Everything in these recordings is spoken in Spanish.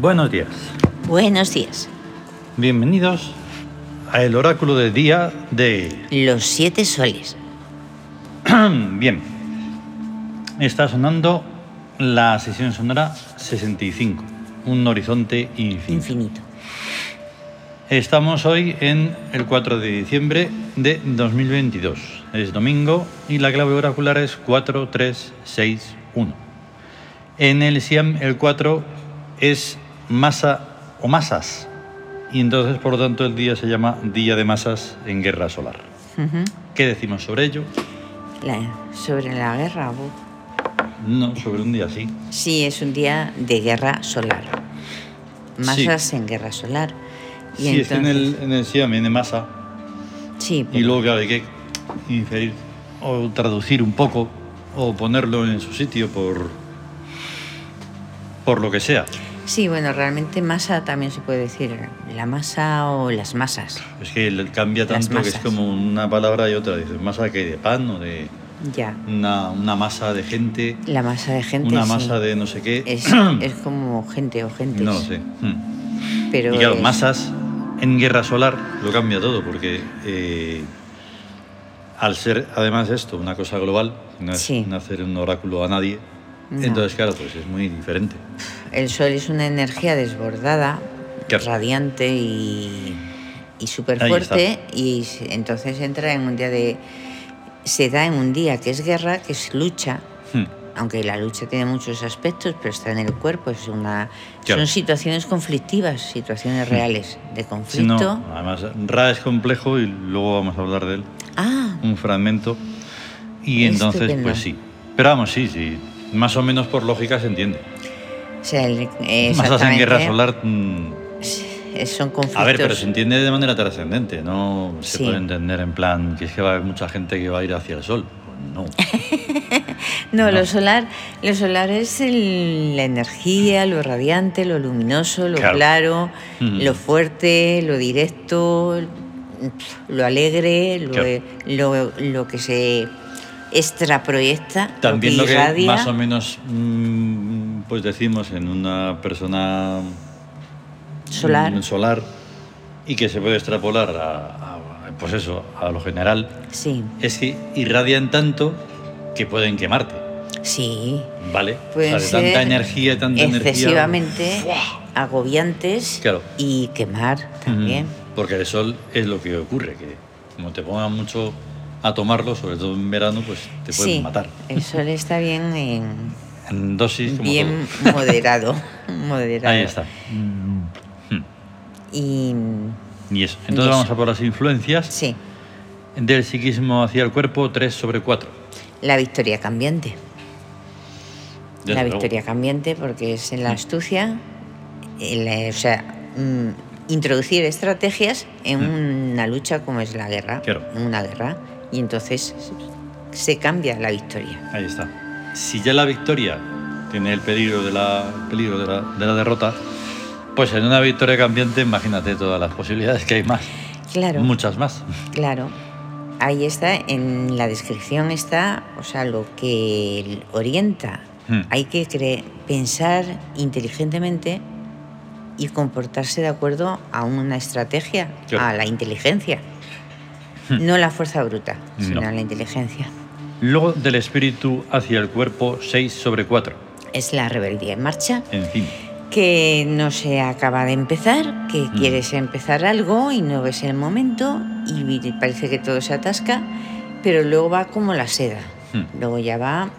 Buenos días. Buenos días. Bienvenidos a el oráculo del día de... Ah, Los siete soles. Bien. Está sonando la sesión sonora 65, un horizonte infinito. Infinito. Estamos hoy en el 4 de diciembre de 2022. Es domingo y la clave oracular es 4361. En el Siam el 4 es masa o masas. Y entonces, por lo tanto, el día se llama Día de Masas en Guerra Solar. Ujú. ¿Qué decimos sobre ello? La- sobre la guerra. bu- No, sobre un día así. Sí, es un día de guerra solar. Masas en guerra solar. Y Si es en el, entonces- en el Siam, viene masa, Sí, pues, Y pero- luego, claro, hay que inferir o traducir un poco o ponerlo en su sitio por, por lo que sea. sí, bueno, realmente masa también se puede decir. La masa o las masas. Es que le cambia Las tanto que es masas. como una palabra y otra. Dices, masa que de pan o de Ya. una, una masa de gente, La masa de gente. una sí. masa de no sé qué. Es, es como gente o gentes. no lo sé. Hmm. Pero y claro, es- masas en guerra solar lo cambia todo porque eh, al ser además esto una cosa global, no es Sí. no hacer un oráculo a nadie, No. entonces claro, pues es muy diferente. El sol es una energía desbordada, Claro. radiante y, y súper Ahí fuerte. está. Y se- entonces entra en un día de. Se da en un día que es guerra, que es lucha. Hmm. Aunque la lucha tiene muchos aspectos, pero está en el cuerpo. Es una, Claro. Son situaciones conflictivas, situaciones reales de Hmm. Si no, conflicto. además Ra es complejo y luego vamos a hablar de él, Ah, un fragmento. Y entonces, Estupendo. pues sí. Pero vamos, sí, sí. Más o menos por lógica se entiende. o sea, el- eh, Masas en guerra exactamente, solar. mm, eh, Son conflictos. a ver, pero se entiende de manera trascendente, no se Sí. puede entender en plan que es que va a haber mucha gente que va a ir hacia el sol. Pues No. No. No, lo solar, lo solar es el- la energía, lo radiante, lo luminoso, lo Claro. claro, Mm. lo fuerte, lo directo, lo alegre, lo, Claro. lo- lo que se extraproyecta, También lo que irradia. más o menos, mm, pues decimos en una persona Solar. mm, solar y que se puede extrapolar a, a- pues eso, a lo general, Sí, es que irradian tanto que pueden quemarte, sí. ¿vale? Pueden o sea, de tanta ser energía, tanta energía. excesivamente agobiantes Claro. y quemar también. Ujú. Porque el sol es lo que ocurre, que como te pongan mucho a tomarlo, sobre todo en verano, pues te pueden sí, matar. el sol está bien en- En dosis como bien todo. moderado, moderado. Ahí está. Y Y eso. Y eso. Entonces vamos a por las influencias sí, del psiquismo hacia el cuerpo, 3 sobre 4. la victoria cambiante. la victoria cambiante porque es en la astucia, el, eh, o sea, mm, introducir estrategias en una lucha como es la guerra, Claro. en una guerra, y entonces se cambia la victoria. Ahí está. Si ya la victoria tiene el peligro de la, el peligro de la, de la derrota, pues en una victoria cambiante, imagínate todas las posibilidades que hay más. Claro, Muchas más. claro. Ahí está, en la descripción está, o sea, lo que orienta. Mm. Hay que cre- pensar inteligentemente y comportarse de acuerdo a una estrategia, Claro. a la inteligencia. Hmm. No la fuerza bruta, sino No. la inteligencia. Luego del espíritu hacia el cuerpo, 6 sobre 4. Es la rebeldía en marcha, Encima. que no se acaba de empezar, que Mm. quieres empezar algo y no ves el momento y vi- parece que todo se atasca, pero luego va como la seda. Hmm. Luego ya va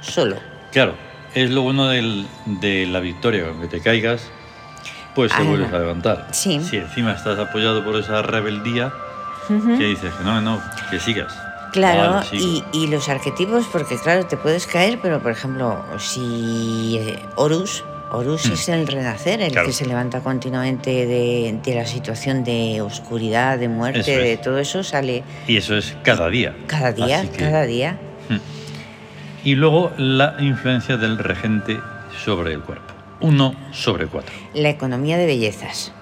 solo. Claro, es lo bueno del- de la victoria, aunque te caigas, pues te Ah, vuelves a levantar. sí. Si encima estás apoyado por esa rebeldía, Ujú. que dices, no, no, que sigas. Claro, Vale, sigo. y, y los arquetipos, porque claro, te puedes caer, pero por ejemplo, si eh, Horus, Horus es el renacer, el Mm. Claro. que se levanta continuamente de, de la situación de oscuridad, de muerte, Eso es. de todo eso, sale Y eso es cada día. cada día, Así que- cada día. Y luego la influencia del regente sobre el cuerpo. 1 sobre Hmm, 4. La economía de bellezas.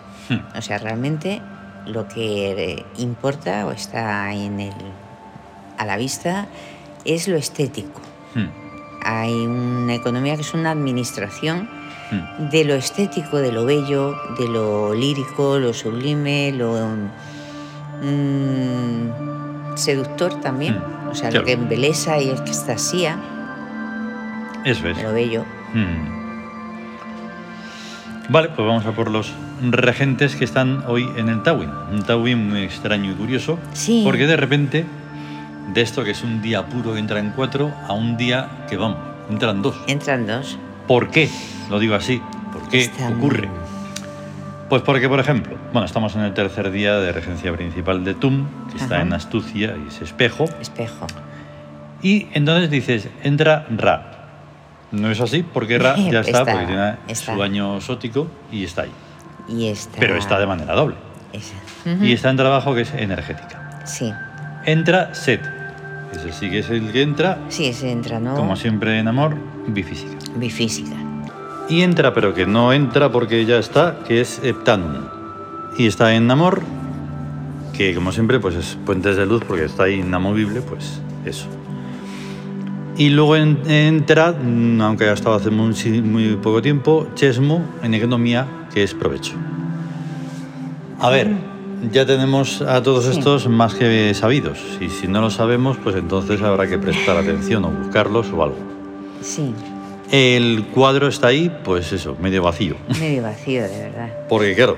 O sea, realmente lo que eh, importa o hmm, está en el, a la vista es lo estético. hay una economía que es una administración hmm. de lo estético, de lo bello, de lo lírico, lo sublime, lo mm, seductor también. Mm, O sea, claro. lo que embeleza y extasía, Eso es. de lo bello. Mm. Hmm. Vale, pues vamos a por los regentes que están hoy en el Tawin. Un Tawin muy extraño y curioso. Sí. Porque de repente, de esto que es un día puro, entran cuatro, a un día que vamos, entran dos. Entran dos. ¿Por qué? Lo digo así. ¿Por qué Están- ocurre? Pues porque, por ejemplo, bueno, estamos en el tercer día de regencia principal de Tum, que está Ajá. en Astucia y es espejo. Espejo. Y entonces dices, entra Ra. No es así, porque Ra ya está, Está, porque tiene está. su año sótico y está ahí. Y está. Pero está de manera doble. esa. Ujú. Y está en trabajo que es energética. Sí. Entra Set. Ese sí que es el que entra, Sí, ese entra, ¿no? como siempre en amor, bifísica. Bifísica. Y entra, pero que no entra porque ya está, que es Heptanum. Y está en Namor, que como siempre, pues es puentes de luz porque está ahí inamovible, pues eso. Y luego en- entra, mm, aunque ha estado hace muy, si- muy poco tiempo, Chesmo en economía, que es provecho. A ver, ya tenemos a todos estos más que sabidos. Y si no lo sabemos, pues entonces habrá que prestar atención o buscarlos o algo. Sí. El cuadro está ahí, pues eso, medio vacío. Medio vacío, de verdad. Porque claro,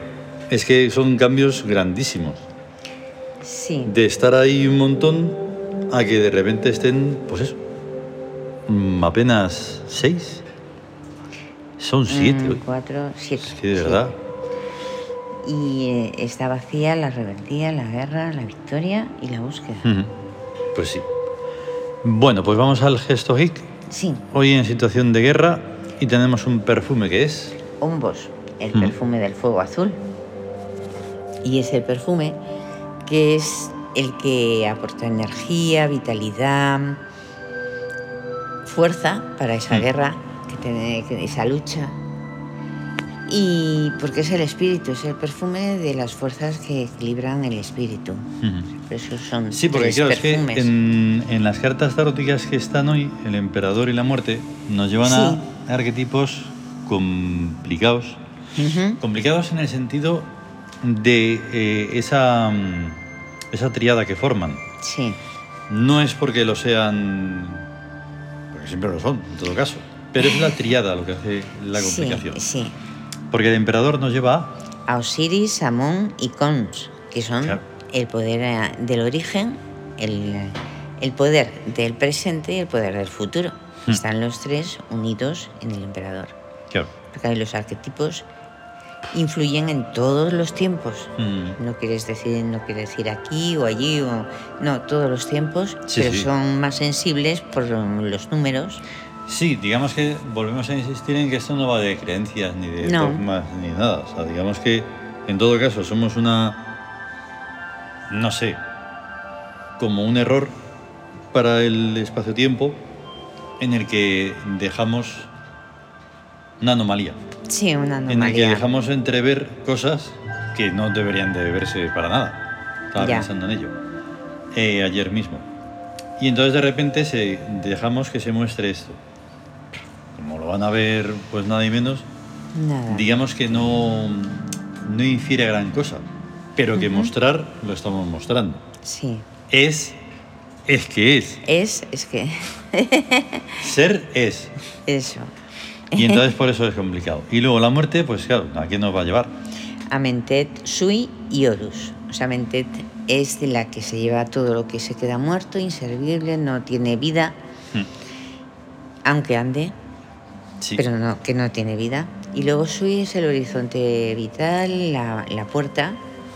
es que son cambios grandísimos. Sí. De estar ahí un montón a que de repente estén, pues eso, mm, apenas seis. Son siete. Mm, oye. cuatro, siete. es que de sí. verdad. Y eh, está vacía la rebeldía, la guerra, la victoria y la búsqueda. Ujú. Pues sí. Bueno, pues vamos al gesto hic. Sí, Hoy en situación de guerra y tenemos un perfume que es... Hombos, el Mm. perfume del fuego azul. Y es el perfume que es el que aporta energía, vitalidad, fuerza para esa Mm. guerra, que tiene- que- esa lucha. Y porque es el espíritu, es el perfume de las fuerzas que equilibran el espíritu. Ujú. Por eso son Sí, porque tres claro, es que perfumes. en, en las cartas taróticas que están hoy, el emperador y la muerte, nos llevan Sí. a arquetipos complicados. Ujú. Complicados en el sentido de eh, esa, mm, esa triada que forman. Sí, No es porque lo sean, porque siempre lo son, en todo caso, pero es la triada lo que hace la sí, complicación. sí. Porque el emperador nos lleva a... a Osiris, Amón y Cons, que son Claro. el poder eh, del origen, el, el poder del presente y el poder del futuro. Hmm. Están los tres unidos en el emperador. Claro. Porque ahí los arquetipos influyen en todos los tiempos. Mm, No quieres decir, no quiere decir aquí o allí o no, todos los tiempos, Sí, pero sí. son más sensibles por los números. Sí, digamos que volvemos a insistir en que esto no va de creencias ni de No. dogmas ni nada. O sea, digamos que en todo caso somos una. No sé. Como un error para el espacio-tiempo en el que dejamos una anomalía. Sí, una En el que anomalía. dejamos entrever cosas que no deberían de verse para nada. Estaba Ya. pensando en ello eh, ayer mismo. Y entonces de repente se, dejamos que se muestre esto. Como lo van a ver, pues nada y menos, Nada. digamos que no, no infiere gran cosa, pero que mostrar lo estamos mostrando. Sí. Es, es que es. Es, es que Ser es. eso. Y entonces por eso es complicado. Y luego la muerte, pues claro, ¿a qué nos va a llevar? Amentet, Sui y Horus. O sea, Amentet es de la que se lleva todo lo que se queda muerto, inservible, no tiene vida, Hmm. aunque ande, Sí. pero no, que no tiene vida. Y luego Sui es el horizonte vital, la, la puerta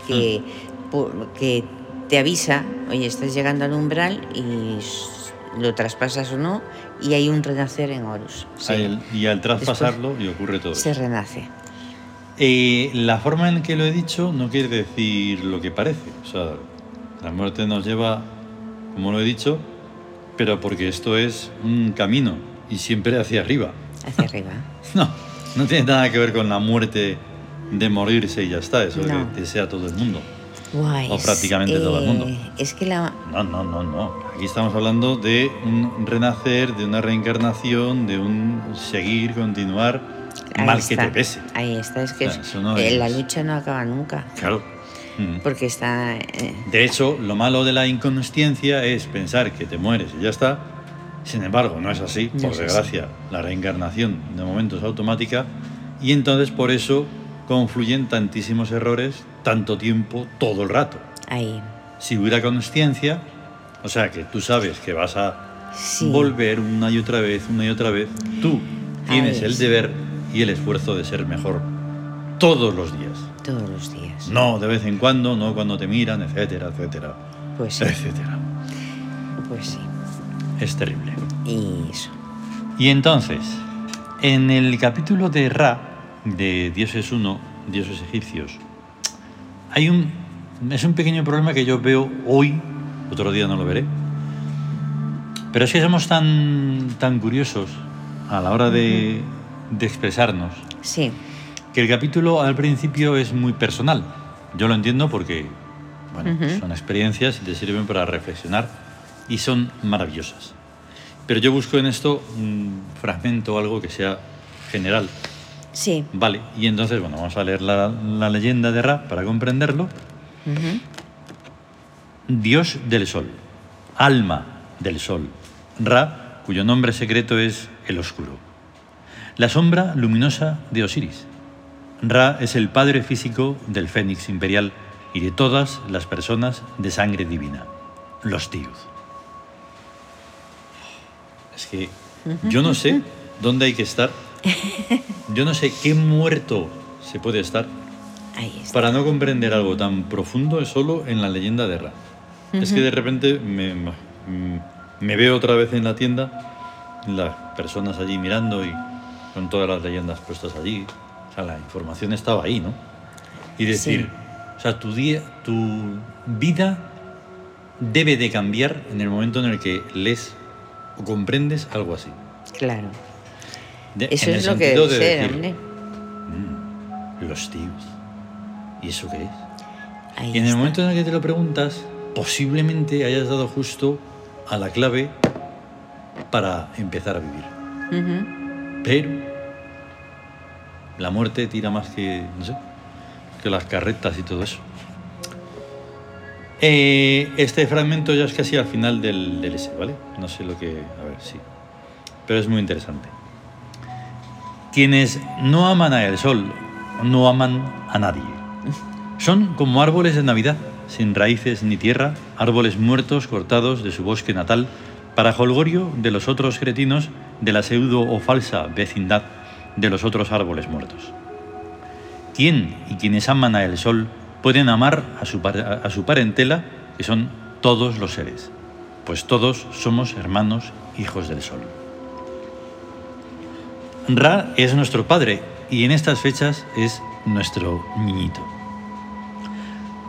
que, Hmm. pu- que te avisa, oye, estás llegando al umbral y s- lo traspasas o no, y hay un renacer en Horus. Sí. A él, y al traspasarlo y ocurre todo. Se eso. renace. Eh, la forma en que lo he dicho no quiere decir lo que parece. O sea, la muerte nos lleva, como lo he dicho, pero porque esto es un camino y siempre hacia arriba. Hacia arriba. No, no tiene nada que ver con la muerte de morirse y ya está, eso No. que desea todo el mundo. Buah, o es, prácticamente todo el mundo. eh, Es que la, No, no, no, no. Aquí estamos hablando de un renacer, de una reencarnación, de un seguir, continuar, ahí mal que está. te pese. Ahí está, es que O sea, es- eso no eh, es- la lucha no acaba nunca. Claro. Mm. Porque está. eh, De hecho, lo malo de la inconsciencia es pensar que te mueres y ya está. Sin embargo, no es así, No por es así. desgracia. La reencarnación de momento es automática y entonces por eso confluyen tantísimos errores, tanto tiempo, todo el rato. ahí. Si hubiera conciencia, o sea que tú sabes que vas a Sí. volver una y otra vez, una y otra vez, tú tienes Ahí el es. deber y el esfuerzo de ser mejor todos los días. Todos los días. No de vez en cuando, no cuando te miran, etcétera, etcétera Pues sí, etcétera. pues sí. Es terrible. Y eso. Y entonces, en el capítulo de Ra, de Dioses 1, Dioses egipcios, hay un, es un pequeño problema que yo veo hoy, otro día no lo veré, pero es que somos tan, tan curiosos a la hora de, de expresarnos, Sí, que el capítulo al principio es muy personal. Yo lo entiendo porque bueno, Ujú. son experiencias y te sirven para reflexionar y son maravillosas. Pero yo busco en esto un fragmento o algo que sea general. sí. Vale, y entonces, bueno, vamos a leer la, la leyenda de Ra para comprenderlo. Ujú. Dios del Sol, alma del Sol, Ra, cuyo nombre secreto es el Oscuro. La sombra luminosa de Osiris. Ra es el padre físico del Fénix Imperial y de todas las personas de sangre divina, los Tiud. Es que yo no sé dónde hay que estar, yo no sé qué muerto se puede estar Ahí está. para no comprender algo tan profundo es solo en la leyenda de Ra. Es que de repente me, me- me veo otra vez en la tienda, las personas allí mirando y con todas las leyendas puestas allí. O sea, la información estaba ahí, ¿no? Y decir, o sea, tu, día, tu vida debe de cambiar en el momento en el que lees o comprendes algo así. Claro. De- Eso en el es lo que sentido debe de ser, decir, hombre. Los tíos. ¿Y eso qué es? Ahí Y en el está. momento en el que te lo preguntas, posiblemente hayas dado justo a la clave para empezar a vivir. Ujú. Pero la muerte tira más que, no sé, que las carretas y todo eso. Eh, este fragmento ya es casi al final del, del ese, ¿vale? No sé lo que... A ver, sí. Pero es muy interesante. Quienes no aman a el sol, no aman a nadie. Son como árboles de Navidad, sin raíces ni tierra, árboles muertos cortados de su bosque natal para jolgorio de los otros cretinos de la pseudo o falsa vecindad de los otros árboles muertos. ¿Quién y quienes aman a el sol pueden amar a su, par- a su parentela, que son todos los seres? Pues todos somos hermanos, hijos del sol. Ra es nuestro padre y en estas fechas es nuestro niñito.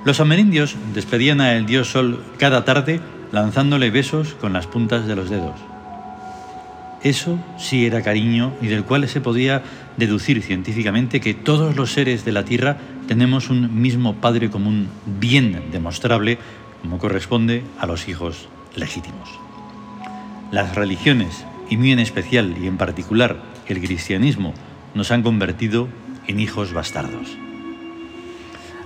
Los amerindios despedían al dios Sol cada tarde lanzándole besos con las puntas de los dedos. Eso sí era cariño y del cual se podía deducir científicamente que todos los seres de la Tierra tenemos un mismo padre común bien demostrable como corresponde a los hijos legítimos. Las religiones, y muy en especial y en particular el cristianismo, nos han convertido en hijos bastardos.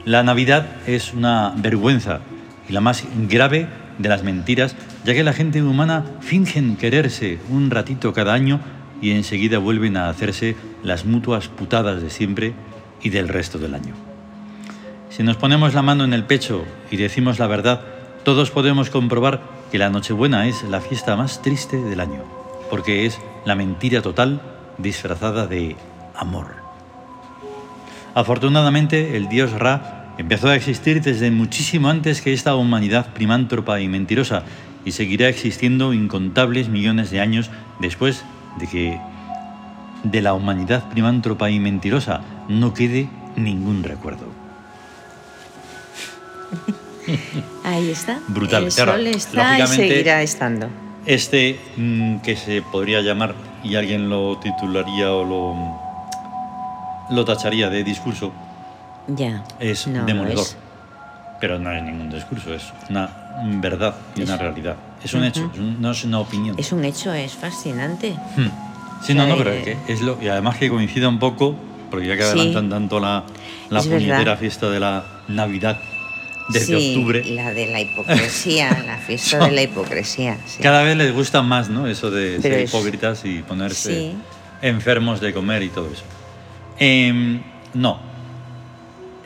La Navidad es una vergüenza y la más grave de las mentiras, ya que la gente humana fingen quererse un ratito cada año y enseguida vuelven a hacerse las mutuas putadas de siempre y del resto del año. Si nos ponemos la mano en el pecho y decimos la verdad, todos podemos comprobar que la Nochebuena es la fiesta más triste del año, porque es la mentira total disfrazada de amor. Afortunadamente, el dios Ra empezó a existir desde muchísimo antes que esta humanidad primántropa y mentirosa, y seguirá existiendo incontables millones de años después de que de la humanidad primántropa y mentirosa no quede ningún recuerdo. Ahí está. Brutal, El claro. sol está y Lógicamente- seguirá estando. Este, mm, que se podría llamar, y alguien lo titularía o lo, lo tacharía de discurso, Ya. es no lo demoledor. es. Pero no es ningún discurso, es una verdad y una Es- realidad. Es un hecho, es un- no es una opinión. Es un hecho, es fascinante. Hmm. Sí, O sea, no, no, eh, pero es que es lo. Y además que coincida un poco, porque ya que Sí. adelantan tanto la, la Es verdad. puñetera fiesta de la Navidad desde Sí, octubre. La de la hipocresía, la fiesta de la hipocresía. sí. Cada vez les gusta más, ¿no? Eso de Pero ser es- hipócritas y ponerse Sí. enfermos de comer y todo eso. Em, no.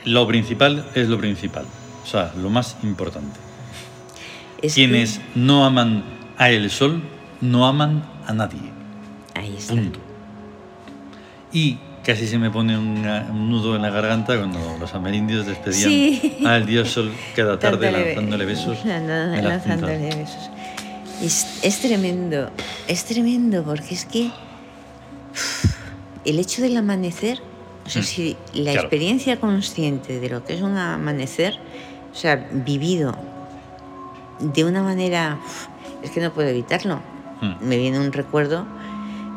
Lo principal es lo principal. O sea, lo más importante. Es que- Quienes no aman a el sol, no aman a nadie. Ahí está. Punto. Y casi se me pone una- un nudo en la garganta cuando los amerindios despedían Sí. al dios sol cada tarde Dándole- lanzándole besos. en Lanza- las lanzándole puntas. besos. Es, es tremendo, es tremendo, porque es que uf, el hecho del amanecer, o sea, Mm, si la claro. experiencia consciente de lo que es un amanecer, o sea, vivido de una manera, uf, es que no puedo evitarlo, Mm. me viene un recuerdo,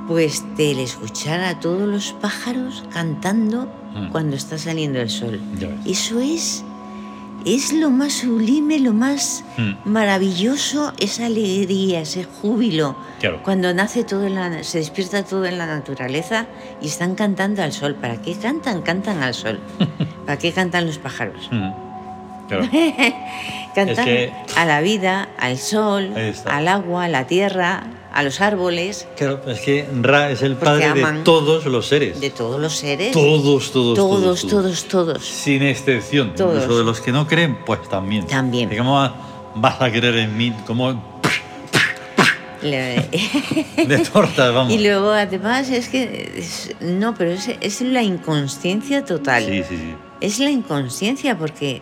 pues del escuchar a todos los pájaros cantando Mm. cuando está saliendo el sol. Ya ves. Eso es, es lo más sublime, lo más Mm. maravilloso, esa alegría, ese júbilo. Claro. Cuando nace todo en la, se despierta todo en la naturaleza y están cantando al sol. ¿Para qué cantan? Cantan al sol. ¿Para qué cantan los pájaros? Mm. Claro. Cantan que- a la vida, al sol, Ahí está. al agua, a la tierra, a los árboles, Claro, es que Ra es el Porque padre de aman. todos los seres. de todos los seres. Todos, todos, todos, todos, todos. Sin excepción. Todos. Incluso de los que no creen, pues también. También. ¿Y cómo vas a creer en mí? Como Le- de tortas, vamos. Y luego además es que es- no, pero es, es la inconsciencia total. Sí, sí, sí. Es la inconsciencia porque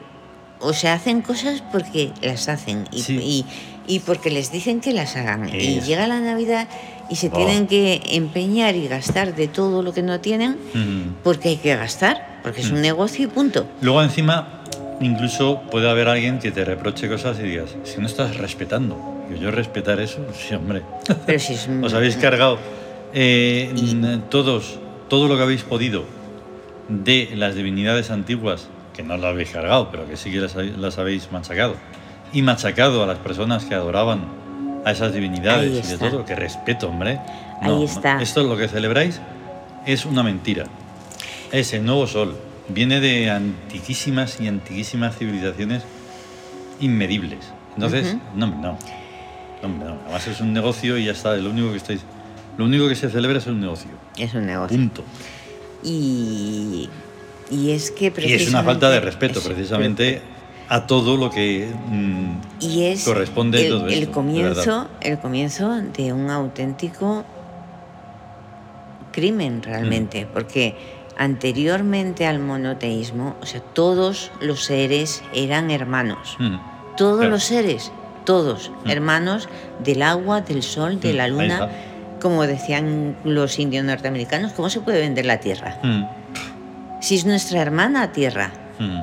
o se hacen cosas porque las hacen y, Sí. y- y porque les dicen que las hagan. Y Eso. llega la Navidad y Oh. se tienen que empeñar y gastar de todo lo que no tienen Mm. porque hay que gastar, porque es un negocio y punto. Luego encima, incluso puede haber alguien que te reproche cosas y digas, si no estás respetando. Digo, yo respetar eso, sí, hombre. Pero si es Os habéis cargado eh, Mm. Y- n- todos, todo lo que habéis podido de las divinidades antiguas, que no las habéis cargado, pero que sí que las, habéis- las habéis machacado. Y machacado a las personas que adoraban a esas Ahí divinidades y de está. todo, que respeto, hombre. Ahí está. Esto es lo que celebráis, es una mentira. Es el nuevo sol. Viene de antiquísimas y antiquísimas civilizaciones inmedibles. Entonces, Ujú. no, hombre, no. No, hombre, no. Además es un negocio y ya está. Lo único que estáis, lo único que se celebra es un negocio. es un negocio. Punto. Y, y es que Y es una falta de precisamente respeto, es- precisamente, a todo lo que mm, Y es Corresponde el, todo el esto, de verdad. comienzo, el comienzo de un auténtico crimen realmente, porque anteriormente al monoteísmo, o sea, todos los seres eran hermanos, mm, todos claro. los seres, todos Mm. hermanos del agua, del sol, de Mm, la ahí luna, está. como decían los indios norteamericanos, ¿cómo se puede vender la tierra? mm, Si es nuestra hermana tierra, mm.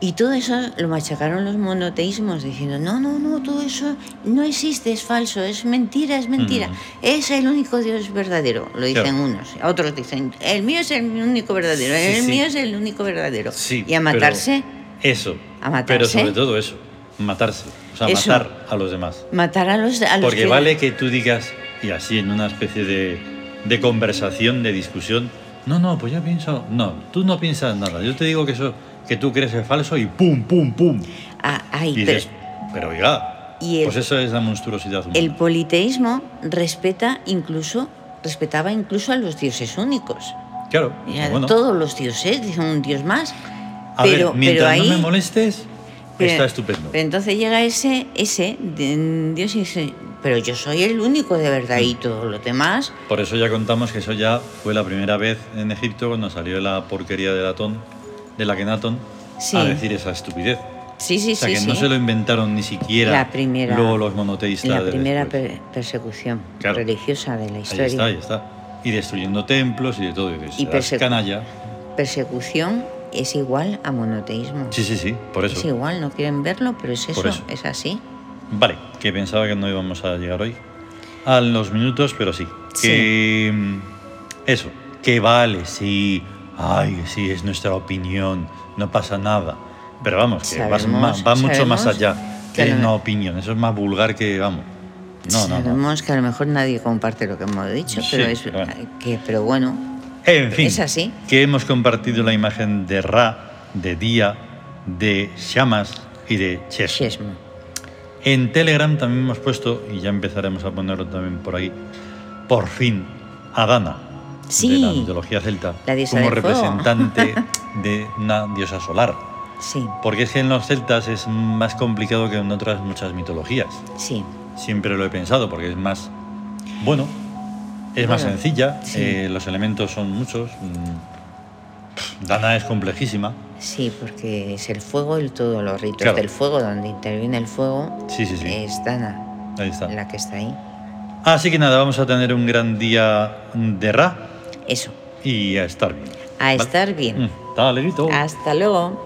y todo eso lo machacaron los monoteísmos diciendo, no, no, no, todo eso no existe, es falso, es mentira, es mentira. Mm. Es el único Dios verdadero, lo dicen Claro. unos. Otros dicen, el mío es el único verdadero, Sí, el sí. mío es el único verdadero. Sí, y a pero matarse, Eso. A matarse. Pero sobre todo eso. Matarse. O sea, Eso. matar a los demás. matar a los, a los Porque que- vale que tú digas, y así en una especie de, de conversación, de discusión, no, no, pues yo pienso, no, tú no piensas nada, yo te digo que eso, que tú crees es falso y pum, pum, pum. Ah, ay, Y pero dices, pero oiga, y el- pues eso es la monstruosidad humana. el politeísmo respeta incluso, respetaba incluso a los dioses únicos. claro, pues Y a bueno, Todos los dioses, dicen un dios más. a pero, ver, mientras pero ahí, no me molestes, Pero- está estupendo. Pero entonces llega ese, ese, de- Dios y dice, pero yo soy el único de verdad y todos los demás. Por eso ya contamos que eso ya fue la primera vez en Egipto cuando salió la porquería de Latón, de la Kenatón, Sí. a decir esa estupidez. Sí, sí, O sea sí, que sí. no se lo inventaron ni siquiera La primera- luego los monoteístas. la de primera después. per- persecución Claro. religiosa de la historia. Ahí está, ahí está. Y destruyendo templos y de todo. Y, dices, Y "Serás persecu- canalla. Persecución es igual a monoteísmo. Sí, sí, sí, por eso. Es igual, no quieren verlo, pero es eso, Por eso. es así. Vale, que pensaba que no íbamos a llegar hoy a los minutos, pero sí. Sí. Que mm, eso, que vale, sí, ay, sí, es nuestra opinión, no pasa nada. Pero vamos, que vas Sabemos- más- va mucho más sabemos allá. que Es no- una opinión, eso es más vulgar que, vamos. No, no, no. Sabemos que a lo mejor nadie comparte lo que hemos dicho, Sí, pero, es, claro. que, pero bueno, En fin, Es así. que hemos compartido la imagen de Ra, de Día, de Shamas y de Chesh. Shesma. En Telegram también hemos puesto, y ya empezaremos a ponerlo también por ahí, por fin, a Dana, de Sí. la mitología celta, La diosa como del fuego. representante de una diosa solar. Sí, Porque es que en los celtas es más complicado que en otras muchas mitologías. sí. Siempre lo he pensado, porque es más, bueno, es más Bueno, sencilla, sí. eh, los elementos son muchos. mm, Dana es complejísima. Sí, porque es el fuego y todos los ritos Claro. del fuego, donde interviene el fuego, Sí, sí, sí. es Dana Ahí está. la que está ahí. Así que nada, vamos a tener un gran día de Ra. Eso, y a estar bien. a estar bien. Está alegrito. Ah, Hasta luego.